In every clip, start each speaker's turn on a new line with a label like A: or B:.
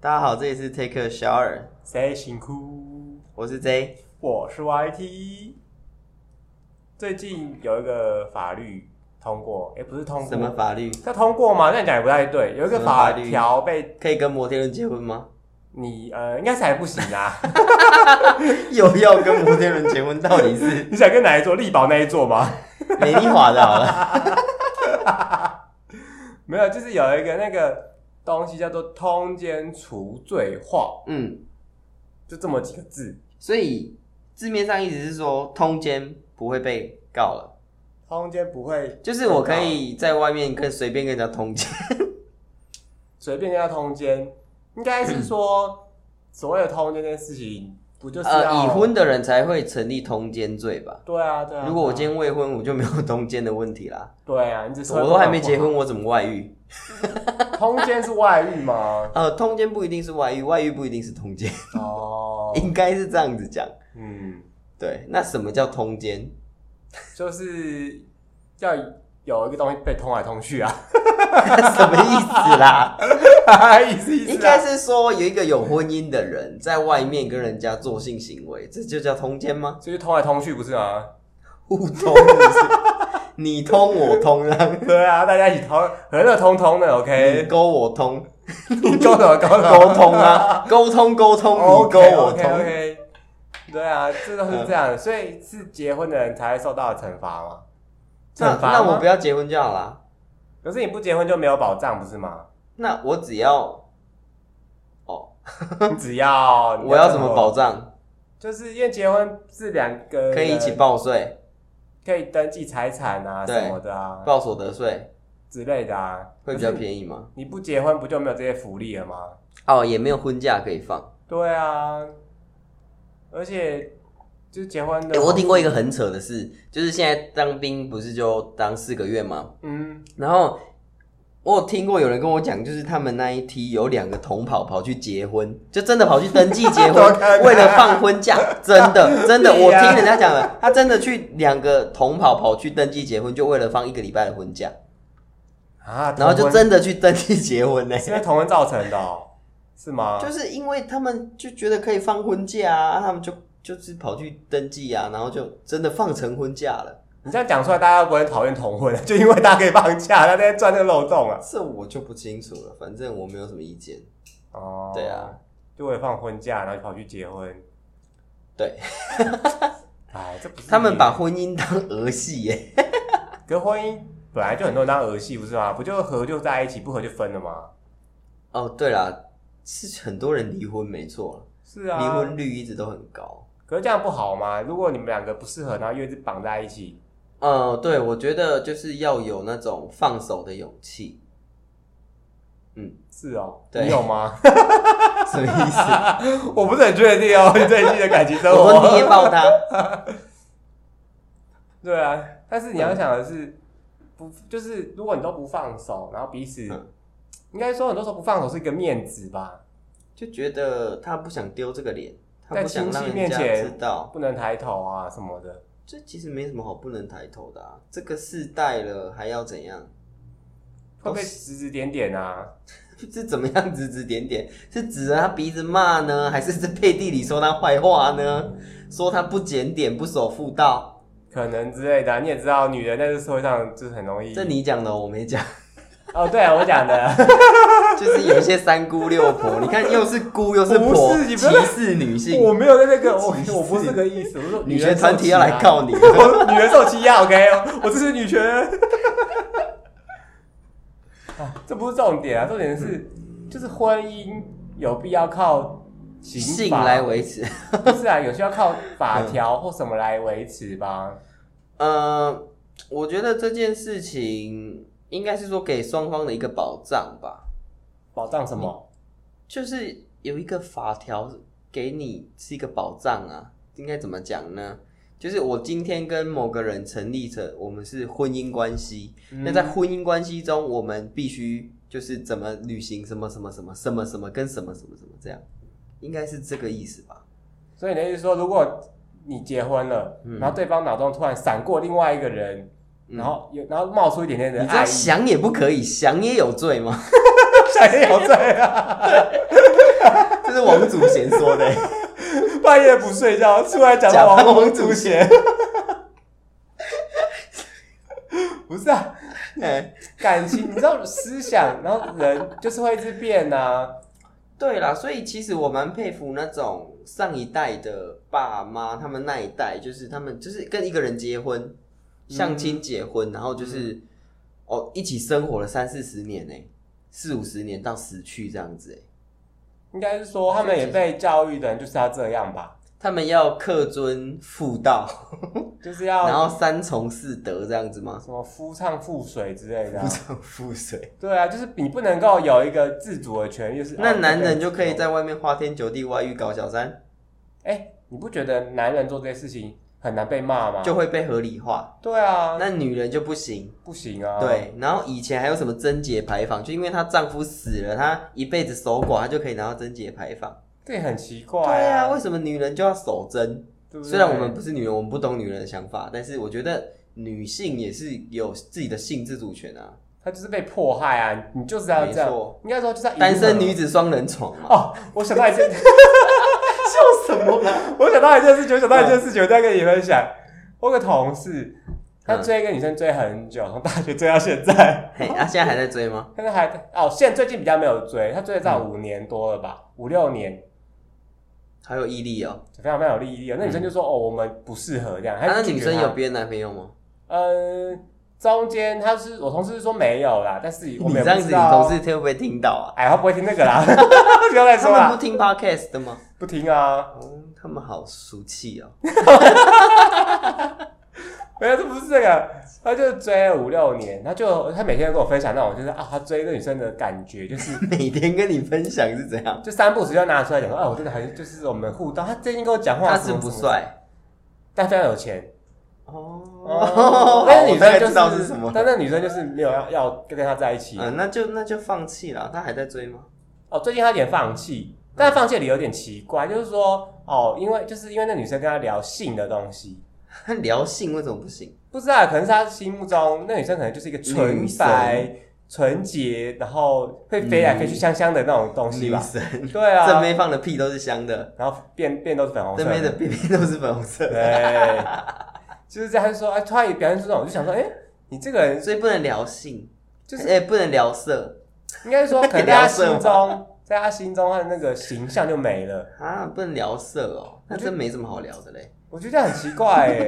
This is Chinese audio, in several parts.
A: 大家好，这里是 Take a Shower，
B: 谁辛苦？
A: 我是 J。
B: 我是 YT。最近有一个法律通过，哎，不是通
A: 什么
B: 过，
A: 法律
B: 叫通过吗？那你讲也不太对。有一个
A: 什么
B: 法
A: 法律
B: 条被
A: 可以跟摩天轮结婚吗？
B: 你呃，应该是还不行啊。
A: 有要跟摩天轮结婚，到底 是
B: 你想跟哪一座？力宝那一座吗？
A: 美丽华的好了。
B: 没有，就是有一个那个东西叫做通奸除罪化，
A: 嗯，
B: 就这么几个字。
A: 所以字面上意思是说，通奸不会被告了，
B: 通奸不会
A: 就是我可以在外面跟随便跟人家通奸。
B: 随便跟他通奸，应该是说所谓的通奸这件事情，不就是要
A: 呃，已？婚的人才会成立通奸罪吧？
B: 对啊，对啊。
A: 如果我
B: 对啊
A: 今天未婚，我就没有通奸的问题 啦。
B: 对啊，你只是
A: 我都还没结婚，我怎么外遇？？
B: 通奸是外遇吗
A: 呃，通奸不一定是外遇，外遇不一定是通奸，
B: 哦，
A: 应该是这样子讲。
B: 嗯，
A: 对，那什么叫通奸？
B: 就是要有一个东西被通来通去啊，
A: 什么意思啊啦？
B: 意思意思啊
A: 应该是说有一个有婚姻的人在外面跟人家做性行为，这就叫通奸吗？
B: 就是通来通去，不是吗？
A: 互通是不 是，你通我通，然后
B: 对啊，大家一起通，和乐通通的
A: 你
B: ，OK？
A: 勾我通，
B: 你勾什么勾什么
A: 沟通啊，沟通沟通，你勾
B: 啊 OK，OK，OK，
A: 我通，
B: OK，对啊，这都是这样，所以是结婚的人才会受到的惩罚嘛？
A: 那
B: 惩罚
A: 那我不
B: 要，
A: 要结婚就好啦。
B: 可是你不结婚就没有保障，不是吗？
A: 那我只要，哦，
B: 你只要
A: 我要怎么？保障？
B: 就是因为结婚是两个人
A: 可以一起报税，
B: 可以登记财产啊
A: 对
B: 什么的啊
A: 报所得税
B: 之类的啊，
A: 会比较
B: 宜。
A: 便宜吗？
B: 你不结婚不就没有这些福利了吗？
A: 哦，也没有婚假可以放。
B: 对啊，而且就是结婚的、
A: 欸我听过一个，很扯的事，就是现在当兵不是就当四个月吗？
B: 嗯，
A: 然后我有听过有人跟我讲，就是他们那一梯有两个同跑跑去结婚，就真的跑去登记结
B: 怎么
A: 婚
B: 可能啊，
A: 为了放婚假，真的真的，
B: 屁呀
A: 我听人家讲了，他真的去两个同跑跑去登记结婚，就为了放一个礼拜的婚假，
B: 啊，
A: 然后就
B: 同婚
A: 真的去登记结婚 呢、
B: 是因为同婚造成的、哦，是吗？
A: 就是因为他们就觉得可以放婚假啊，他们就就是跑去登记啊，然后就真的放成婚假了，
B: 你这样讲出来，大家不会讨厌同婚， 就因为大家可以放假，他在钻那个漏洞啊。
A: 这我就不清楚了，反正我没有什么意见。
B: 哦，
A: 对啊，
B: 就为了放婚假，然后就跑去结婚。
A: 对，
B: 哎，这不是
A: 他们把婚姻当儿戏耶、
B: 跟婚姻本来就很多人当儿戏，不是吗？不就合就在一起，不合就分了吗？
A: 哦，对啦，是很多人离婚，没错，
B: 是
A: 离
B: 啊，
A: 婚率一直都很高。
B: 可是这样不好吗？如果你们两个不适合，然后又一直绑在一起，
A: 呃，对，我觉得就是要有那种放手的勇气，
B: 是哦，
A: 对
B: 你 有吗？
A: 什么意 思？
B: 我不是很确定 哦，你最近的感情生活。
A: 我说捏爆他，
B: 对啊，但是你要想的
A: 嗯
B: 是，不就是如果你都不放手，然后彼此、
A: 嗯
B: 应该说很多时候不放手是一个面子吧，
A: 就觉得他不想丢这个脸，他
B: 在
A: 不想
B: 亲戚
A: 让人
B: 面
A: 家
B: 前
A: 知道。
B: 不能抬头啊什么的。
A: 这其实没什么好不能抬头的啊，这个世代了还要怎样？
B: 会被指指点点啊，
A: 是怎么样指指点点？是指着他鼻子骂呢，还是在背地里说他坏话呢？说他不检点、不守妇道？
B: 可能之类的啊、你也知道，女人在这社会上就是很容易。
A: 这你讲的，我没讲。
B: 哦，对啊，我讲的，
A: 就是有一些三姑六婆，你看又是姑又是
B: 不
A: 婆，
B: 是你
A: 歧
B: 不要再
A: 视女
B: 我
A: 性，
B: 没有在那个，我
A: 歧视
B: 我不是这个意思，我说
A: 女
B: 人啊
A: 权团体要来
B: 受欺
A: 告你。
B: 压，我女人受欺压，OK，我支持女权。啊，这不是重点啊，重点是就是婚姻有必要靠 刑
A: 性
B: 啊法
A: 来维持，
B: 不是啊，有需要靠法条或什么来维持吧？
A: 呃，我觉得这件事情应该是说给双方的一个保障吧，
B: 保障什么？
A: 就是有一个法条给你是一个保障啊，应该怎么讲呢？就是我今天跟某个人成立着我们是婚姻关系，那
B: 嗯
A: 在婚姻关系中，我们必须就是怎么履行什么什么什么什么什么跟什么什么什么这样，应该是这个意思吧？
B: 所以你的意思说，如果你结婚了，
A: 嗯
B: 然后对方脑中突然闪过另外一个人，
A: 嗯
B: 然后有然后冒出一点点
A: 你
B: 的
A: 知道
B: 爱意，哦
A: 想也不可以，想也有罪吗？
B: 想也有罪啊！
A: 王祖贤说 的、
B: 半夜不睡觉出来讲
A: 假
B: 到
A: 扮
B: 王
A: 王
B: 祖
A: 祖
B: 贤， 不是啊，
A: 哎
B: 感情你知道思想，然后人就是会一直变啊。
A: 对啦，所以其实我蛮佩服那种上一代的爸妈，他们那一代就是他们就是跟一个人结婚，
B: 嗯
A: 相亲结婚，然后就是、哦一起生活了三四十年呢、四五十年到死去这样子、欸，
B: 应该是说他们也被教育的人就是要这样吧，
A: 他们要恪遵妇道，
B: 就是
A: 然
B: 要
A: 后三从四德这样子吗？
B: 什么夫唱妇随之类的啊、
A: 不从妇 随，
B: 对啊，就是你不能够有一个自主的权利，就是
A: 那
B: 哦
A: 男
B: 这个
A: 人就可以在外面花天酒地、外遇、搞小三，
B: 哎、你不觉得男人做这些事情很难被骂吗？
A: 就会被合理化。
B: 对啊，
A: 那女人就不行，
B: 不行啊，，
A: 对，然后以前还有什么贞节牌坊，就因为她丈夫死了，她一辈子守寡，她就可以拿到贞节牌坊。
B: 这也很奇怪、
A: 对
B: 啊
A: 啊，，为什么女人就要守贞？
B: 对不对
A: 虽然我们不是女人，我们不懂女人的想法，但是我觉得女性也是有自己的性自主权啊。
B: 他就是被迫害啊，你就是要这样
A: 没错，
B: 应该说就是要迎合
A: 单身女子双人床啊嘛，
B: 哦。我想到一件，
A: 笑什么啦？
B: 我想到一件事情，我想到一件事情，我再跟你分享。我有个同事，他追一个女生追很久，从大学追到现在，
A: 嘿，啊，现在还在追吗？
B: 但是还哦，现在最近比较没有追，他追了至少五年多了吧，五六年，
A: 好有毅力哦。
B: 非常非常有利益了。那女生就说：“哦，我们不适合这样。”
A: 啊那
B: 他
A: 女生有呃别的男朋友吗？
B: 嗯，中间他是我同事是说没有嗯啦，但是我
A: 你这
B: 们也不
A: 样子，
B: 知
A: 你
B: 道
A: 同事会不会听到啊？
B: 哎，他不会听那 个啦，不要再
A: 他
B: 说
A: 们
B: 啦，
A: 不听 podcast 的吗？
B: 不听啊，
A: 哦，他们好俗气哦。
B: 没有，这不是这个，他就追了五六年，他就他每天都跟我分享那种就是啊，他追一个女生的感觉，就是
A: 每天跟你分享是怎样？
B: 就三步时就拿出来讲说，啊，我真的很就是我们互动，他最近跟我讲话，
A: 他是不
B: 什么什么，
A: 帅。
B: 但非常有钱。
A: 哦，
B: 但是
A: 我
B: 女
A: 大
B: 生
A: 概
B: 就是，
A: 知道是什么了。
B: 但那女生就是没有要要跟他在一起。
A: 嗯，那就那就放弃了。他还在追吗？
B: 哦，最近他有点放弃，但他放弃的理由有点奇怪，就是说哦，因为就是因为那女生跟他聊性的东西，
A: 他聊性为什么不行？
B: 不知道，可能是他心目中那女生可能就是一个纯
A: 女神
B: 白、纯洁，然后会飞来飞去、香香的那种东西
A: 嗯女
B: 吧？
A: 神，
B: 对
A: 正
B: 啊，
A: 妹放的屁都是香的，
B: 然后变变都是粉红色
A: 正妹的屁屁都是粉红色的，
B: 对，就是这样。他就说，哎，突然也表现出这种，我就想说，哎、你这个人
A: 所以不能聊性，
B: 就
A: 就是
B: 是
A: 哎，不能聊色
B: 应该说，可能在他心中，在他心中他的那个形象就没了。
A: 啊，不能聊色哦，那真没什么好聊的嘞。
B: 我觉得这样很奇怪哎、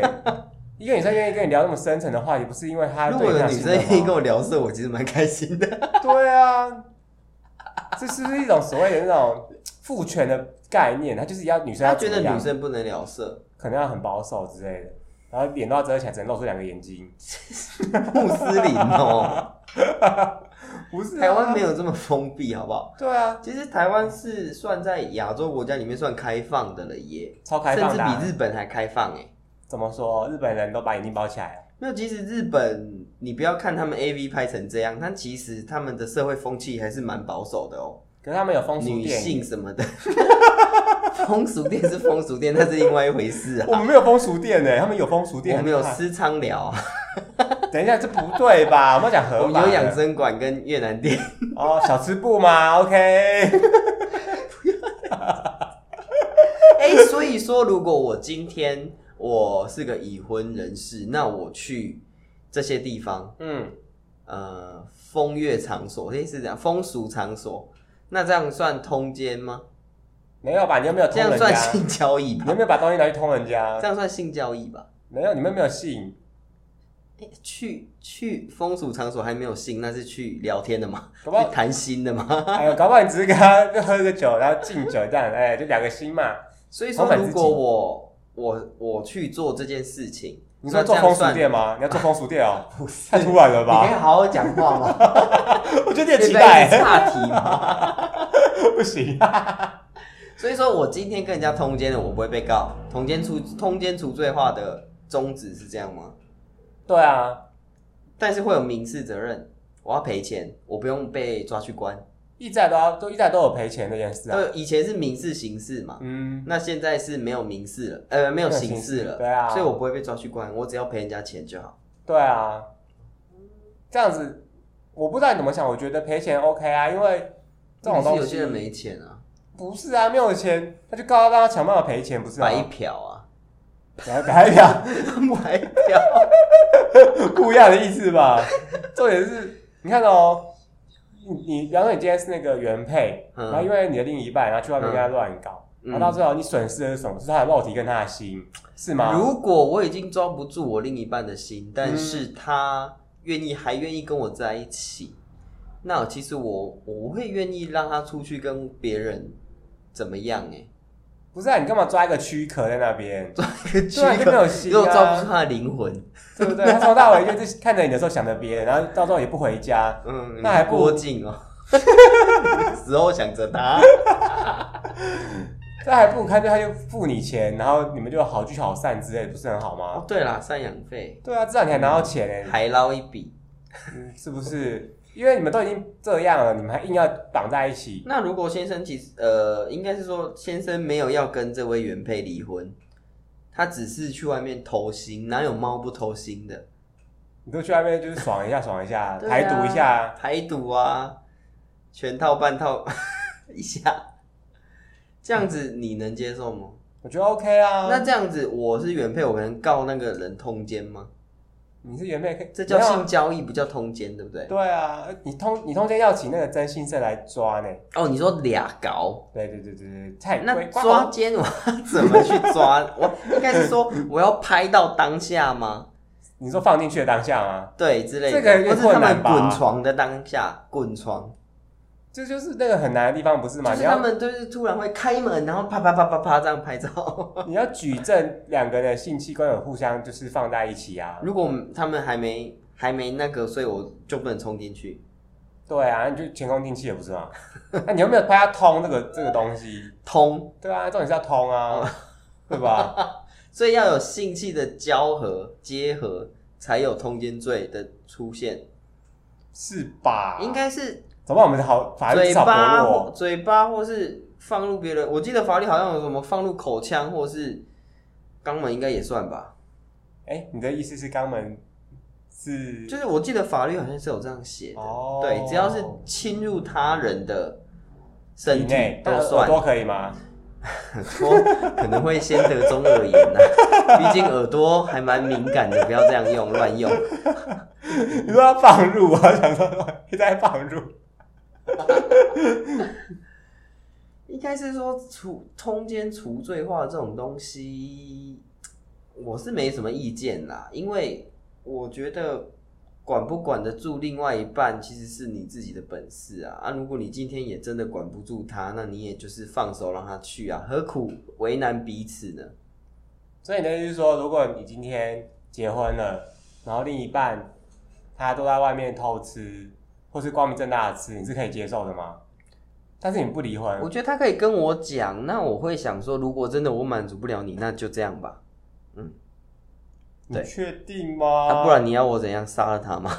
B: 一个女生愿意跟你聊那么深层的话题，不是因为她
A: 如果
B: 啊对你
A: 有
B: 有
A: 女
B: 心
A: 生
B: 的
A: 愿意
B: 吗
A: 跟我聊色，我其实蛮开心 的。
B: 对啊，这是不是一种所谓的那种父权的概念？他就是要女生
A: 他
B: 要
A: 觉
B: 怎
A: 得
B: 么
A: 女
B: 样，
A: 生不能聊色，
B: 可能要很保守之类的，然后脸都要遮起来，只能露出两个眼睛。
A: 穆斯林 哦，
B: 不是、
A: 台湾没
B: 有。
A: 有这么封闭，好不好？
B: 对啊，
A: 其实台湾是算在亚洲国家里面算开放的了耶，
B: 超开
A: 甚
B: 放
A: 至
B: 的啊、
A: 比日本还开放哎。
B: 怎么说？日本人都把眼睛包起来了。
A: 那其实日本，你不要看他们 A V 拍成这样，但其实他们的社会风气还是蛮保守的哦，
B: 可是他们有风俗
A: 女
B: 店，
A: 性什么的。 风俗店是风俗店，那是另外一回事啊。
B: 我们没有风俗店呢、他们有风俗店。
A: 我们有
B: 很厉害
A: 私娼聊啊，
B: 等一下，这不对吧？我们要讲
A: 我
B: 合
A: 们
B: 法的。
A: 有养生馆跟越南店。
B: 哦，小吃部吗？OK，
A: 哎、所以说，如果我今天我是个已婚人士，那我去这些地方，
B: 嗯，
A: 呃风月场所，类似这样风俗场所，那这样算通奸吗？
B: 没有吧？你又没有
A: 这
B: 通
A: 样
B: 人
A: 算
B: 家，
A: 性交易
B: 你
A: 吧？
B: 又没有把东西拿去通人家
A: 这，样算性交易吧？
B: 没有，你们没有性。
A: 诶去去风俗场所还没有性，那是去聊天的吗？
B: 搞不好
A: 去谈心的吗？
B: 哎呦，搞不好你只是跟他就喝个酒，然后敬酒这样，哎，就两个心嘛。
A: 所以说
B: 老，板自
A: 如
B: 己
A: 果我我我去做这件事情，
B: 你说
A: 那这
B: 做
A: 样
B: 风俗
A: 算
B: 店吗？你要做风俗 店哦？太突然
A: 你
B: 了
A: 可以
B: 吧？
A: 好好讲话吗？
B: 我觉得
A: 现
B: 有点期
A: 在一直
B: 待，
A: 岔题嘛。
B: 不行啊！
A: 所以说我今天跟人家通奸了，我不会被告。通奸除通奸除罪化的宗旨是这样吗？
B: 对啊，
A: 但是会有民事责任，我要赔钱，我不用被抓去关。
B: 一直以来都要都一直以来都有赔钱这件事啊。
A: 呃，以前是民事刑事嘛，
B: 嗯，
A: 那现在是没有民事了，呃，没有刑事了，
B: 对啊
A: 所以我不会被抓去关，我只要赔人家钱就好。
B: 对啊，这样子我不知道你怎么想，我觉得赔钱 OK 啊，因为这种
A: 问题
B: 东
A: 是有
B: 西
A: 些人没钱啊，
B: 不是啊，没有钱，他就告他，让他想办法赔钱，不是吗？
A: 白嫖啊，
B: 然后白嫖，
A: 白嫖，
B: 不一样的意思吧？重点是，你看哦，你你，比方说你今天是那个原配，
A: 嗯
B: 然后因为你的另一半，然后去外面跟他乱搞，
A: 嗯
B: 然后到最后你损失的是什么？是他的肉体跟他的心，是吗？
A: 如果我已经抓不住我另一半的心，但是
B: 嗯
A: 他愿意还愿意跟我在一起，那其实我我会愿意让他出去跟别人怎么样、欸？
B: 不是啊，你干嘛抓一个躯壳在那边？
A: 哎，
B: 对 啊，就没有心
A: 如果抓不住
B: 啊，
A: 他的灵魂，
B: 对不对？他从头到尾就是看着你的时候想着别人，然后到最后也不回家，
A: 嗯，
B: 那还不
A: 郭靖哦， 时候想着 他，
B: 这还不如干脆他就付你钱，然后你们就好聚好散之类的，不是很好吗
A: 哦？对啦，赡养费
B: 对啊，至少你还拿到钱哎、
A: 还捞一笔。
B: 嗯是不是？因为你们都已经这样了，你们还硬要绑在一起，
A: 那如果先生其实呃，应该是说先生没有要跟这位原配离婚，他只是去外面偷腥，哪有猫不偷腥的？
B: 你都去外面就是爽一下，爽一下，
A: 对啊
B: 排毒一下，
A: 排毒啊，全套半套 一下，这样子你能接受吗？
B: 我觉得 OK 啊。
A: 那这样子我是原配，我可能告那个人通奸吗？
B: 你是原配，可以
A: 这叫
B: 没有啊
A: 性交易，不叫通奸，对不对？
B: 对啊，你通你通奸要请那个征信社来抓呢。
A: 哦，你说俩搞，
B: 对对对对对，太
A: 那
B: 贵
A: 抓奸我要怎么去抓？ 我应该是说我要拍到当下吗？
B: 你说放进去的当下吗？
A: 对，之类的，
B: 这个
A: 或
B: 有点
A: 是他
B: 困
A: 们
B: 难吧
A: 滚床的当下，滚床，
B: 这就是那个很难的地方，不是吗？
A: 就
B: 你
A: 是他
B: 要
A: 们就是突然会开门，然后啪啪啪啪啪这样拍照。
B: 你要举证两个人的性器官有互相就是放在一起啊。
A: 如果他们还没还没那个，所以我就不能冲进去。
B: 对啊，你就前功尽弃了，不是吗？ 那你有没有拍他通这个这个东西？
A: 通，
B: 对啊，重点是要通啊，对吧？
A: 所以要有性器的交合结合，才有通奸罪的出现。
B: 是吧？
A: 应该是
B: 怎么办我们的好法律
A: 嘴
B: 至少薄
A: 巴
B: 弱
A: 或？嘴巴，或是放入别人。我记得法律好像有什么放入口腔或是肛门，应该也算吧。
B: 哎、你的意思是肛门是
A: 就是我记得法律好像是有这样写的，
B: 哦
A: 对，只要是侵入他人的身
B: 体
A: 体
B: 内呃
A: 都
B: 耳
A: 算。
B: 朵可以吗？
A: 说可能会先得中耳炎呐、毕竟耳朵还蛮敏感的，不要这样用乱用。
B: 你说要放入，我想说 你在放入，
A: 应该是说除通奸除罪化这种东西，我是没什么意见啦，因为我觉得管不管得住另外一半，其实是你自己的本事啊。啊，如果你今天也真的管不住他，那你也就是放手让他去啊，何苦为难彼此呢？
B: 所以你的意思是说，如果你今天结婚了，然后另一半他都在外面偷吃，或是光明正大的吃，你是可以接受的吗？但是你不离婚
A: 我，觉得他可以跟我讲，那我会想说，如果真的我满足不了你，那就这样吧。
B: 你
A: 对
B: 确定吗？
A: 啊，不然你要我怎样杀了他吗？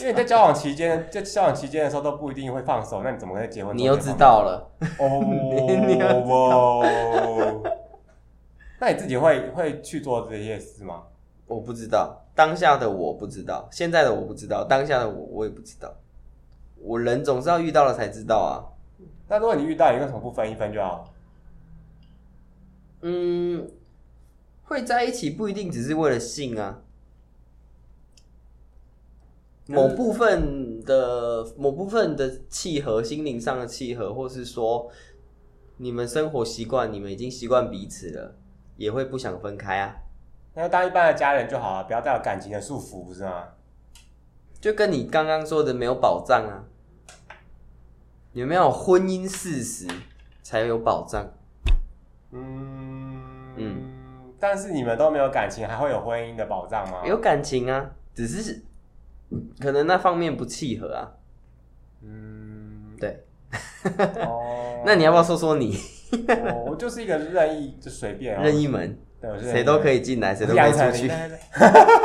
B: 因为你在交往期间，在交往期间的时候都不一定会放手，那你怎么会结婚？
A: 你又知道了，
B: 哦，
A: 你又知
B: 哇 那你自己会会去做这些事吗？
A: 我不知道，当下的我不知道，现在的我不知道，当下的我我也不知道。我人总是要遇到了才知道啊。
B: 那如果你遇到，你为什么不分一分就好？
A: 嗯，会在一起不一定只是为了性啊，某部分的某部分的契合，心灵上的契合，或是说你们生活习惯，你们已经习惯彼此了，也会不想分开啊。
B: 那就当一般的家人就好了，不要带有感情的束缚，不是吗？
A: 就跟你刚刚说的没有保障啊，有没有婚姻事实才有保障？
B: 嗯
A: 嗯
B: 嗯。但是你们都没有感情，还会有婚姻的保障吗？
A: 有感情啊，只是可能那方面不契合啊。
B: 嗯，
A: 对。，
B: 哦
A: 那你要不要说说你
B: 我我就是一个任意就随便啊，
A: 任意门，
B: 对我是任意
A: 谁都可以进来，谁都可以
B: 杨
A: 出
B: 丞琳
A: 去，
B: 对对对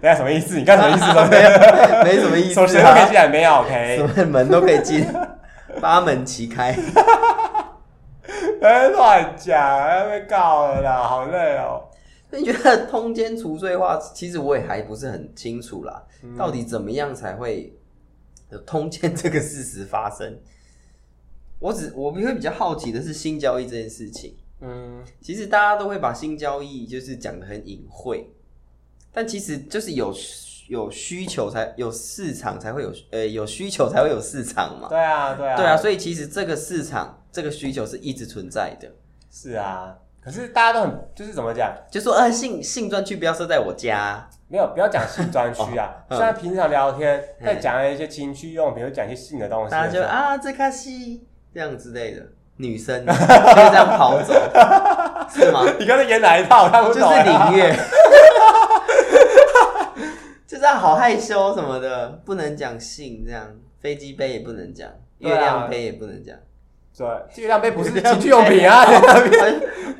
B: 等一下什么意思？你刚才什么意思？什么
A: 没有 没什么意思
B: 什么谁都可以
A: 啊，
B: 进来没有
A: 什
B: ？OK，
A: 么门都可以进，八门齐开。
B: 哎，乱讲，要哎被告了啦，好累哦。
A: 你觉得通奸除罪化，其实我也还不是很清楚啦，
B: 嗯
A: 到底怎么样才会有通奸这个事实发生？我只我们会比较好奇的是性交易这件事情。
B: 嗯，
A: 其实大家都会把性交易就是讲的很隐晦，但其实就是有有需求才有市场才会有，呃，有需求才会有市场嘛。
B: 对啊，对啊，
A: 对啊，，所以其实这个市场这个需求是一直存在的。
B: 是啊。可是大家都很，就是怎么讲，
A: 就说啊，性性专区不要设在我家，
B: 没有不要讲性专区
A: 。
B: 啊
A: 嗯
B: 虽然平常聊天在讲一些情趣用品，会讲一些性的东西
A: 大
B: 的
A: 家就
B: 时候，
A: 啊这卡西这样之类的，女 生就这样跑走，是吗？
B: 你刚才演哪一套？我看不
A: 就是
B: 懂啊。
A: 领月， 就这样好害羞什么的，不能讲性这样，飞机杯也不能讲，
B: 对
A: 月
B: 啊
A: 亮杯也不能讲，
B: 对，月亮杯不是情趣用品啊，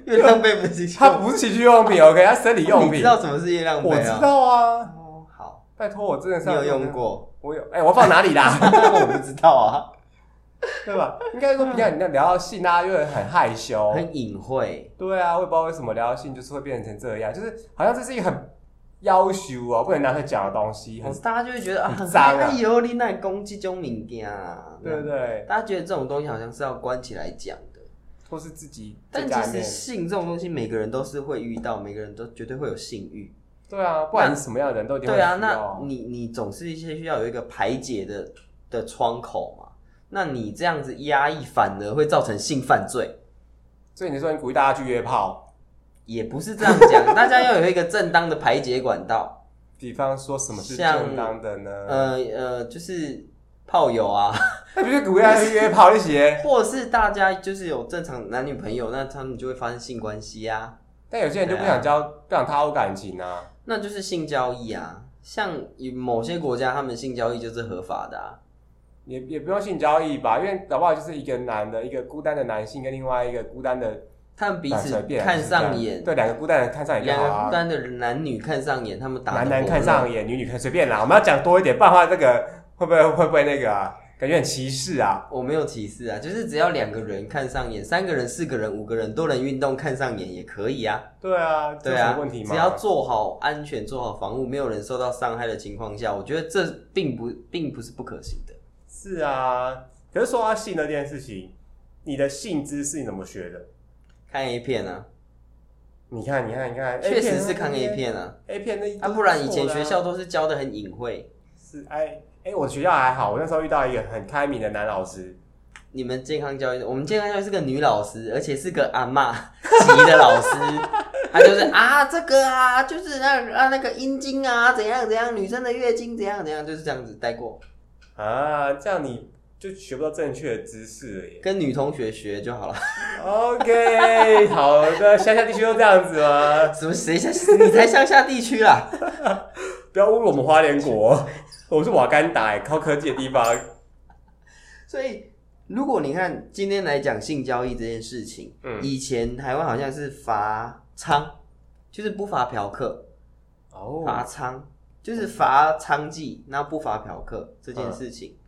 A: 月亮杯不是情趣
B: 它不是情趣 用品，OK，它生理用
A: 你
B: 品
A: 知。道什么是月亮杯
B: 我
A: 啊？
B: 知道啊，
A: 哦，好，
B: 拜托，我真的是
A: 你有用？过？
B: 我有，哎，我放哪里啦？
A: 我不知道啊，
B: 对吧？应该说，平常你聊到性，大家就会很害羞。
A: 很隐晦，
B: 对啊，我也不知道为什么聊到性就是会变成这样，就是好像这是一个很要求哦，不能拿出来讲的东西，很
A: 大家就会觉得啊，
B: 很
A: 很
B: 脏啊
A: 哎呦，你那攻击中民件啊，
B: 对不对？
A: 大家觉得这种东西好像是要关起来讲的。
B: 或是自己在
A: 但
B: 家
A: 其
B: 里
A: 实
B: 面，
A: 性这种东西，每个人都是会遇到，每个人都绝对会有性欲。
B: 对啊，不管你什么样的人都一定会
A: 对啊，
B: 需要
A: 那你你总是一些需要有一个排解的的窗口嘛。那你这样子压抑，反而会造成性犯罪，
B: 所以你说你鼓励大家去约炮，
A: 也不是这样 讲。大家要有一个正当的排解管道，
B: 比方说什么是
A: 像
B: 正当的呢？
A: 呃呃，就是炮友啊，
B: 那不是鼓励大家去约炮那些？
A: 或者是大家就是有正常男女朋友，那他们就会发生性关系啊。
B: 但有些人就不想交，不想踏入感情啊。
A: 那就是性交易啊。像有某些国家，他们性交易就是合法的啊。
B: 也也不用性交易吧，因为搞不好就是一个男的，一个孤单的男性跟另外一个孤单的
A: 他们彼
B: 啊
A: 此
B: 随便啊
A: 看
B: 就是这样
A: 上眼，
B: 对，两个孤单人看上眼就
A: 两
B: 好
A: 个孤
B: 啊，
A: 单的男女看上眼，他们打
B: 男
A: 得
B: 男
A: 火
B: 看
A: 热
B: 上眼，女女看随便啦。我们要讲多一点，不然的话这个会不会会不会那个啊？感觉很歧视啊。
A: 我没有歧视啊，就是只要两个人看上眼，三个人、四个人、五个人多人运动看上眼也可以啊。
B: 对啊，这
A: 对
B: 有什
A: 啊
B: 么问题，吗？
A: 只要做好安全、做好防护，没有人受到伤害的情况下，我觉得这并不并不是不可行的。
B: 是啊，可是说到性这件事情，你的性知识你怎么学的？
A: 看 A 片啊，
B: 你看，你看，你看，
A: 确实是看 A
B: A 片
A: 片啊，
B: ，A 片那
A: 啊，不然以前学校都是教的很隐晦。
B: 是哎哎，我学校还好，我那时候遇到一个很开明的男老师，
A: 你们健康教育，我们健康教育是个女老师，而且是个阿嬷级的老师，她就是啊这个啊，就是那啊那个阴茎啊怎样怎样，女生的月经怎样怎样，就是这样子带过，
B: 啊，这样你就学不到正确的知识了耶。
A: 跟女同学学就好了。
B: OK，好的，乡下地区都这样子吗？
A: 什么谁乡？你才乡下地区啦，
B: 不要侮辱我们花莲国，我是瓦干达，哎高科技的地方。
A: 所以。如果你看今天来讲性交易这件事情，
B: 嗯
A: 以前台湾好像是罚娼，就是不罚嫖客，
B: 哦，嗯
A: 罚娼就是罚娼妓，那不罚嫖客这件事情，
B: 嗯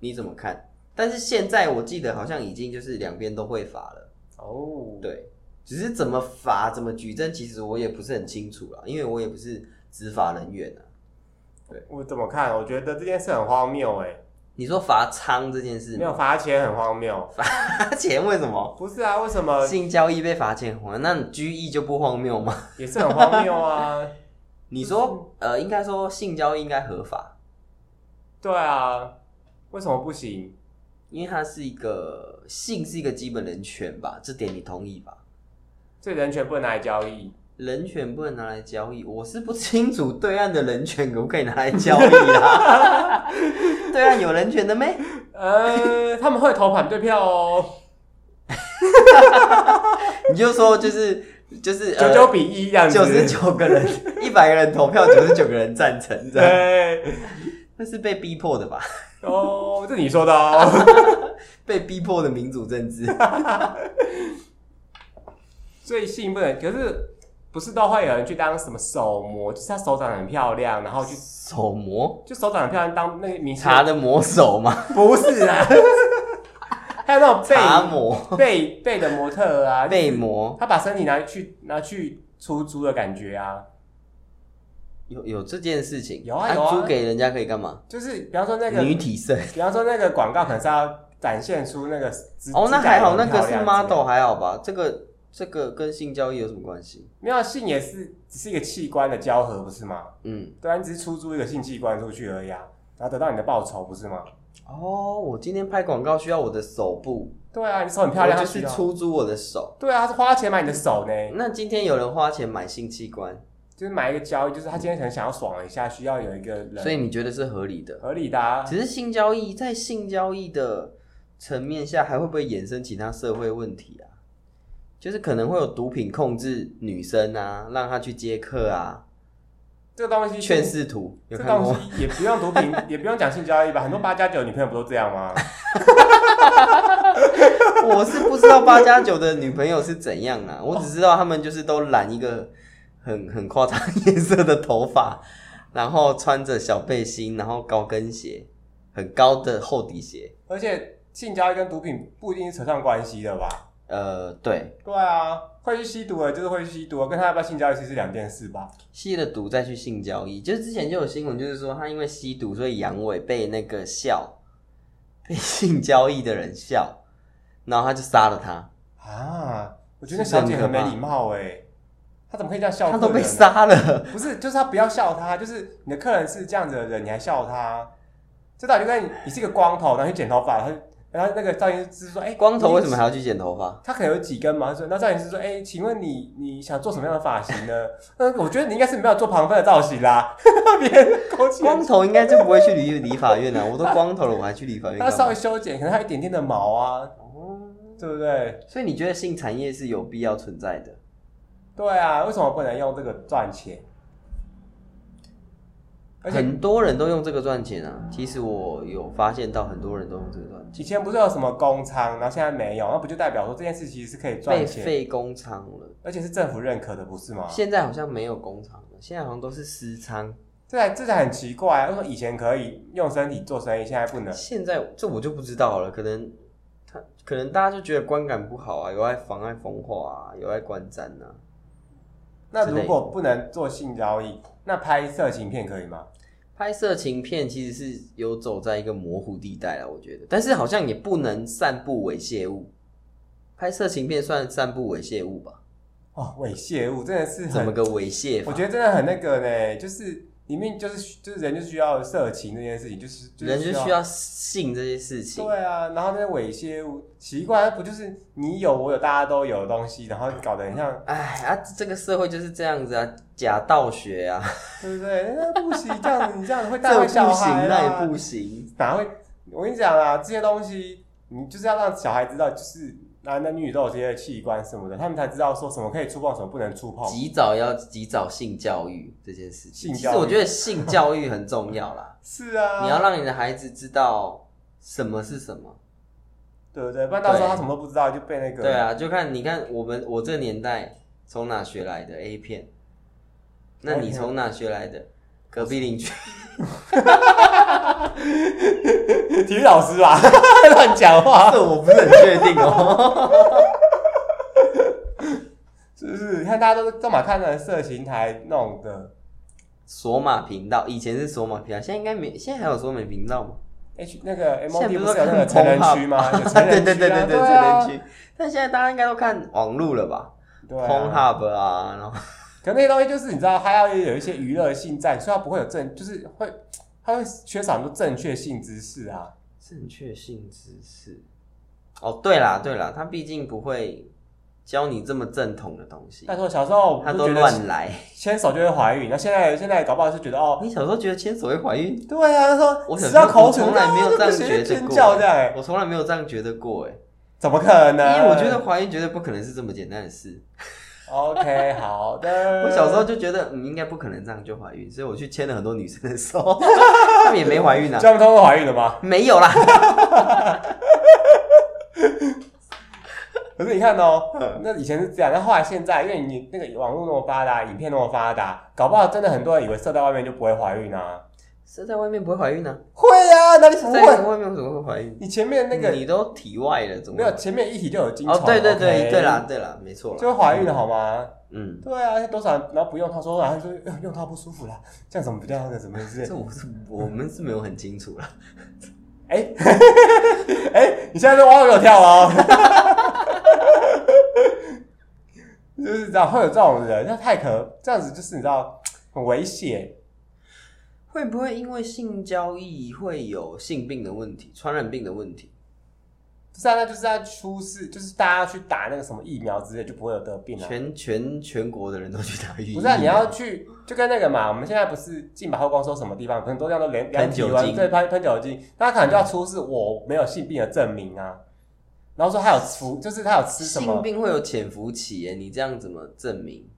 A: 你怎么看？但是现在我记得好像已经就是两边都会罚了，
B: 哦，
A: 对，只是怎么罚、怎么举证，其实我也不是很清楚啦，因为我也不是执法人员啊。
B: 我怎么看？我觉得这件事很荒谬，哎，
A: 你说罚娼这件事
B: 没
A: 吗，
B: 有罚钱很荒谬。
A: 罚钱为什么？
B: 不是啊，为什么
A: 性交易被罚钱还，那你拘役就不荒谬吗？
B: 也是很荒谬啊？
A: 你说，呃，应该说性交易应该合法，
B: 对啊，为什么不行？
A: 因为它是一个性是一个基本人权吧，这点你同意吧？
B: 所以人权不能拿来交易，
A: 人权不能拿来交易，我是不清楚对岸的人权可不可以拿来交易啦。 对岸有人权的没？
B: 呃，他们会投反对票 哦，
A: 你就说就是就是
B: 九九比一这样子。
A: 呃九十九个人，一百个人投票，九十九个人赞成，这样
B: 对
A: 那是被逼迫的吧？
B: 哦，这你说 的哦。
A: 被逼迫的民主政治，
B: 所以性不能，可是不是都会有人去当什么手模？就是他手掌很漂亮，然 后就
A: 手模
B: 就手掌很漂亮当那个明星。
A: 茶的魔手嘛，
B: 不是啊， 还有那种
A: 茶
B: 背
A: 魔
B: 背背的模特儿 啊，
A: 被魔，
B: 他把身体拿去拿去出租的感觉啊。
A: 有有这件事情，
B: 有啊有啊
A: 租给人家可以干嘛？
B: 就是比方说那个，
A: 女体盛，
B: 比方说那个广告可能是要展现出那个指
A: 哦，那还好，那个是
B: 指甲很漂亮
A: model 还好吧？这个这个跟性交易有什么关系？
B: 没有性也是只是一个器官的交合，不是吗？
A: 嗯，
B: 对啊，你只是出租一个性器官出去而已啊，然后得到你的报酬，不是吗？
A: 哦，我今天拍广告需要我的手部，
B: 对啊，你手很漂亮，
A: 我
B: 他
A: 就
B: 需
A: 是
B: 要。
A: 出租我的手。
B: 对啊，他是花钱买你的手呢，
A: 那今天有人花钱买性器官，
B: 就是买一个交易，就是他今天可能想要爽一下，需要有一个人，
A: 所以你觉得是合理的？
B: 合理的、啊。
A: 只是性交易在性交易的层面下，还会不会衍生其他社会问题啊？就是可能会有毒品控制女生啊，让她去接客啊，
B: 这个东西
A: 劝世图有
B: 这
A: 看
B: 东
A: 过吗？
B: 西也不用 毒品，也不用讲性交易吧？很多八加九女朋友不都这样吗？
A: 我是不知道八加九的女朋友是怎样啊，我只知道他们就是都染一个很很夸张颜色的头发，然后穿着小背心，然后高跟鞋，很高的厚底鞋。
B: 而且性交易跟毒品不一定是扯上关系的吧？
A: 呃，对，
B: 对啊，会去吸毒的，就是会去吸毒的，跟他要不要性交易其实是两件事吧？
A: 吸了毒再去性交易，就是之前就有新闻，就是说他因为吸毒，所以阳痿被那个笑，被性交易的人笑，然后他就杀了他，
B: 啊，我觉得那小姐很没礼貌哎、她怎么可以这样笑
A: 他
B: 客人？
A: 都被，杀了。
B: 不是，就是她不要笑她，就是你的客人是这样子的人，你还笑她，这到底就跟你你是一个光头，然后去剪头发，然后然后那个造型师说，哎、
A: 光头为什么还要去剪头发？
B: 他可能有几根嘛，他说那造型师说，哎、请问你你想做什么样的发型呢？那我觉得你应该是没有做旁分的造型啦， 别人勾起
A: 光头应该就不会去理理发院了、我都光头了，我还去理发院
B: 他
A: 干
B: 稍
A: 嘛
B: 微？修剪，可能他有一点点的毛啊，对不对？
A: 所以你觉得性产业是有必要存在的？
B: 对啊，为什么不能用这个赚钱？而且
A: 很多人都用这个赚钱啊。其实我有发现到很多人都用这个赚钱，
B: 以前不是有什么公仓，然后现在没有，那不就代表说这件事其实是可以赚
A: 被
B: 钱，
A: 废工厂了。
B: 而且是政府认可的，不是吗？
A: 现在好像没有工厂了，现在好像都是私仓。
B: 这才这才很奇怪、啊，为什么以前可以用身体做生意，现在不能？
A: 现在这我就不知道了，可能他可能大家就觉得观感不好啊，有爱妨碍风化啊，有爱观瞻啊。
B: 那
A: 之
B: 如
A: 类
B: 果不能做性交易，那拍色情片可以吗？
A: 拍色情片其实是有走在一个模糊地带了，我觉得，但是好像也不能散布猥亵物。拍色情片算散布猥亵物吧？
B: 哦，猥亵物真的是
A: 怎么
B: 很，
A: 个猥亵法？
B: 我觉得真的很那个呢，就是里面就是就是人就需要色情这件事情，就是
A: 人就需要性这些事情。
B: 对啊，然后那些猥亵物，奇怪，不就是你有我有大家都有的东西，然后搞得很像，
A: 哎啊，这个社会就是这样子啊，假道学啊，
B: 对不对？那不行，这样子你这样 子会哎带
A: 这
B: 坏
A: 不
B: 小
A: 行，
B: 孩啊
A: 那也
B: 啦
A: 不，行。
B: 哪会？哎我跟你讲啊，这些东西你就是要让小孩知道，就是男男女女都有这些器官什么的，他们才知道说什么可以触碰，什么不能触碰。
A: 及早要及早性教育这件事情，
B: 哦性
A: 其
B: 教育
A: 实我觉得性教育很重要 啦。
B: 是啊，
A: 你要让你的孩子知道什么是什么。
B: 对不对？不然到时候
A: 对
B: 他什么都不知道，就被那个
A: 对啊，就看你看我们我这年代从哪学来的 A 片，那你从哪学来的？隔壁邻 居
B: 体育老师 吧，乱讲话，
A: 这我不是很确定哦。
B: 是不是？你看大家都干嘛看那色情台弄的
A: 索马频道以前是索马频道，现在应该没，现在还有索马频道吗？
B: ？H 那个
A: 现在
B: MOD
A: 不
B: 不
A: 是
B: 是有那个
A: 看
B: 成人
A: Pornhub
B: 区吗？ 有成
A: 对
B: 人区、
A: 对对
B: 啊，
A: 对
B: 对
A: 对，
B: 啊，
A: 成人区。但现在大家应该都看网络了吧
B: 对啊。
A: ？Pornhub 啊，然后
B: 可那些东西就是你知道，它要有一些娱乐性在，所以它不会有正，就是会它会缺少很多正确性知识啊。
A: 正确性知识。哦，对啦对啦，他毕竟不会教你这么正统的东西
B: 但，是我小时候
A: 他
B: 我
A: 都
B: 就觉得
A: 乱来。
B: 牵手就会怀孕，那现在现在搞不好是觉得哦，
A: 你小时候觉得牵手会怀孕？
B: 对啊，他说
A: 我小
B: 只
A: 时候
B: 要口水，
A: 从来没有
B: 啊
A: 这样
B: 就不行
A: 觉得
B: 尖
A: 过
B: 叫这样、欸，
A: 我从来没有这样觉得过哎，
B: 怎么可能？
A: 因为我觉得怀孕绝对不可能是这么简单的事。
B: OK，好的。
A: 我小时候就觉得嗯，应该不可能这样就怀孕，所以我去牵了很多女生的手，她们也没怀孕啊
B: 这，样通过怀孕了吗？
A: 没有啦。
B: 可是你看哦、那以前是这样，那后来现在，因为你那个网络那么发达，影片那么发达，搞不好真的很多人以为射在外面就不会怀孕啊。
A: 射在外面不会怀孕啊？
B: 会啊，哪里不
A: 射在
B: 会？
A: 外面为什么会怀孕？
B: 你前面那个、
A: 你都体外了，怎么
B: 没有？前面一体就有精虫，
A: 哦，对对对
B: OK
A: 对啦，，对啦，没错啦，
B: 就会怀孕了好吗？
A: 嗯，
B: 对啊，而且多少人然后不用，他说然后说呃用它不舒服啦，这样怎么比较那个怎么之类
A: 这。我是我们是没有很清楚啦。
B: 哎、 哎、你现在在往我跳哦， 就是这样，会有这种人，那太可这样子，就是你知道很危险。
A: 会不会因为性交易会有性病的问题、传染病的问题？
B: 不是啊，那就是在出事，就是大家去打那个什么疫苗之类，就不会有得病啊。
A: 全全全国的人都去打疫苗，
B: 不是啊，你要去就跟那个嘛，我们现在不是进百货公司什么地方，可能都这样都连量
A: 喷
B: 体
A: 酒
B: 温，
A: 精
B: 对，喷喷酒精，那可能就要出示我没有性病的证明啊。然后说他有服，就是他有吃什
A: 性
B: 么，
A: 病会有潜伏期耶，你这样怎么证明？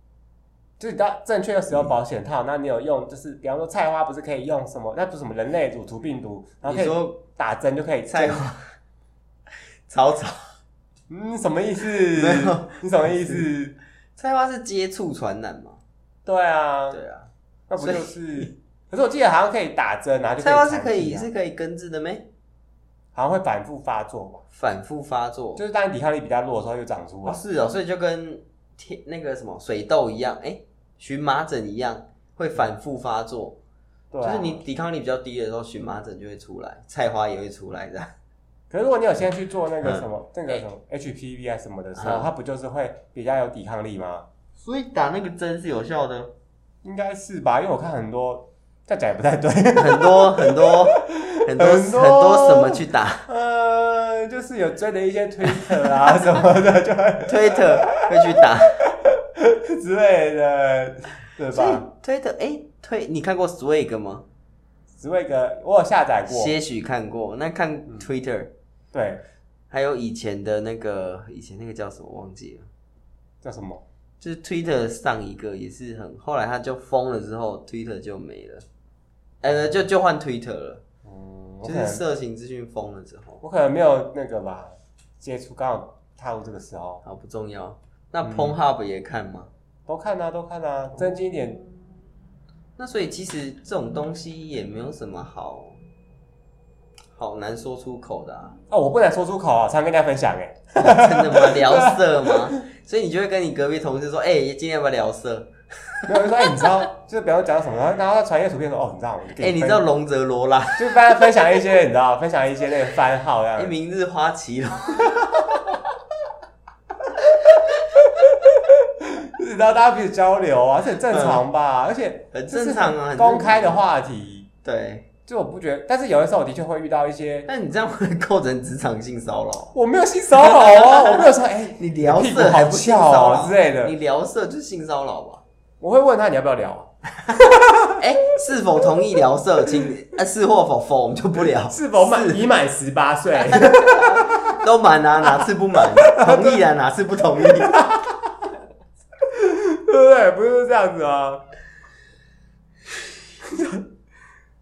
B: 就是你要正确的使用保险套。那你有用，就是比方说菜花不是可以用什么？那不是什么人类乳头病毒，然后
A: 你
B: 可以
A: 说
B: 打针就可以
A: 菜花 草草
B: 嗯，什么意思
A: 没有？
B: 你什么意思？
A: 菜花是接触传染吗？
B: 对啊，
A: 对啊，
B: 那不就是？可是我记得好像可以打针啊，就
A: 菜花是
B: 产
A: 可
B: 气
A: 以
B: 啊
A: 是可以根治的没？
B: 好像会反复发作吧。
A: 反复发作
B: 就是当你抵抗力比较弱的时候，又长出
A: 哦，
B: 来。
A: 是哦，所以就跟天那个什么水痘一样，哎、荨麻疹一样，会反复发作。
B: 对、啊
A: 就是你。抵抗力比较低的时候，荨麻疹就会出来，菜花也会出来的。
B: 可是如果你有先去做那个什么、那个什么 HPV 啊什么的时候，
A: 哎嗯
B: 它不就是会比较有抵抗力吗？
A: 所以打那个针是有效的，
B: 应该是吧，因为我看很多，这样讲也不太对。
A: 很多很多很多
B: 很
A: 很
B: 多
A: 多什么去打
B: 呃，就是有追的一些推特啊什么的，就会
A: ，Twitter 会去打，
B: 之类的，对
A: 所以
B: 吧？
A: Twitter 哎、推你看过 Swag 吗？
B: 只为个我有下载过，嗯
A: 些许看过，那看 Twitter、
B: 对，
A: 还有以前的那个以前那个叫什么忘记了。
B: 叫什么？
A: 就是 Twitter 上一个也是很，后来他就封了之后，Twitter 就没了，呃，就就换 Twitter 了，
B: 嗯，我
A: 就
B: 可
A: 是
B: 能
A: 色情资讯封了之后，
B: 我可能没有那个吧，接触刚好踏入这个时候，
A: 好不重要。那
B: 嗯
A: Pornhub 也看吗？
B: 都看啊都看啊，增进一点
A: 那所以其实这种东西也没有什么好，好难说出口的啊，
B: 哦，我不能说出口啊，常跟大家分享哎、
A: 真的吗？聊色 吗？所以你就会跟你隔壁同事说，哎、今天要不要聊色？
B: 没有，就说哎、你知道，就是比方讲什么，然后然后他传一个图片说，哦，你知道，我就
A: 哎、
B: 给
A: 你知
B: 分
A: 道，龙泽罗拉，
B: 就是大家分享一些，你知道，分享一些那个番号啊这
A: 哎、
B: 样，
A: 明日花绮 罗，
B: 就是然后大家彼此交流啊，这很正常吧？而且
A: 嗯很
B: 这是
A: 正常啊很正常
B: 公开的话题，
A: 对，
B: 就我不觉得，但是有的时候我的确会遇到一些，
A: 那你这样会构成职场性骚扰。
B: 我没有性骚扰哦，我没有说，哎、
A: 你聊
B: 屁股
A: 色还
B: 好
A: 不性
B: 翘
A: 骚
B: 哦
A: 扰
B: 之类的
A: 你，聊色就是性骚扰吧？
B: 我会问他你要不要聊，啊
A: 哎、是否同意聊色？请呃是或否否，我们就不聊。
B: 是否满已满十八岁？
A: 都满啊，哪次不 满？同意啊，哪次不同意？
B: 对不 对？不就是这样子啊吗？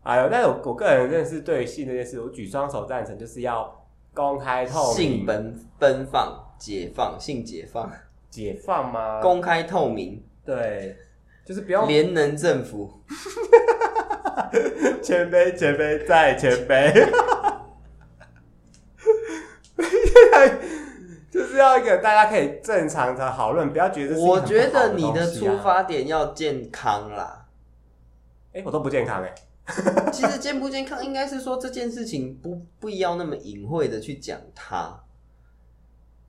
B: 哎呦，但是我我个人认识对于性这件事，我举双手赞成，就是要公开透明、
A: 性奔奔放、解放、性解放、
B: 解放吗？
A: 公开透明，
B: 对，就是不用
A: 联能政府。
B: 前辈前辈再前辈， 就是要一个大家可以正常的讨论，不要觉得这是一个
A: 我
B: 很不
A: 觉
B: 好
A: 得你
B: 的
A: 的
B: 东西啊
A: 出，发点要健康啦。
B: 哎、我都不健康哎、
A: 其实健不健康，应该是说这件事情不不要那么隐晦的去讲它，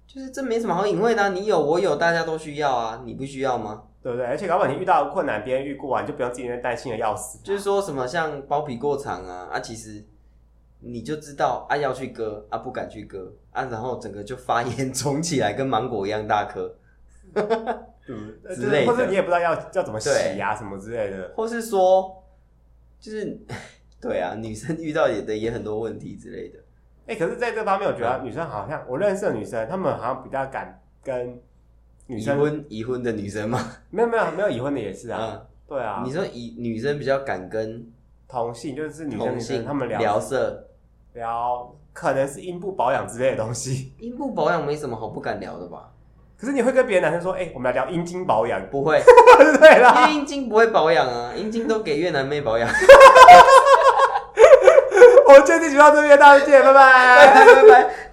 A: 就是这没什么好隐晦的啊、你有我有，大家都需要啊，你不需要吗？
B: 对不对？而且搞不好你遇到困难，别人遇过啊，你就不用自己在那边担心的要死。
A: 就是说什么像包皮过长啊啊，其实你就知道啊要去割啊不敢去割啊，然后整个就发炎肿起来，跟芒果一样大颗，
B: 嗯
A: 之类的
B: 或者你也不知道要要怎么洗啊什么之类的。
A: 或是说就是 对啊，女生遇到也的也很多问题之类的。
B: 哎、可是在这方面，我觉
A: 嗯
B: 得女生好像我认识的女生，她们好像比较敢跟女
A: 已
B: 生，
A: 婚已婚的女生嘛，
B: 没有没有没有已婚的也是啊，
A: 嗯，
B: 对啊
A: 你，说以女生比较敢跟
B: 同性就是女生
A: 同
B: 女
A: 性
B: 生，她们聊
A: 聊色，
B: 聊可能是阴部保养之类的东西。
A: 阴部保养没什么好不敢聊的吧？
B: 可是你会跟别的男生说，哎、我们来聊阴茎保养，
A: 不会，
B: 对
A: 因
B: 啦，
A: 为阴茎不会保养啊，阴茎都给越南妹 保养。
B: 我们这期就到这边，大家见，拜拜
A: 拜拜拜拜。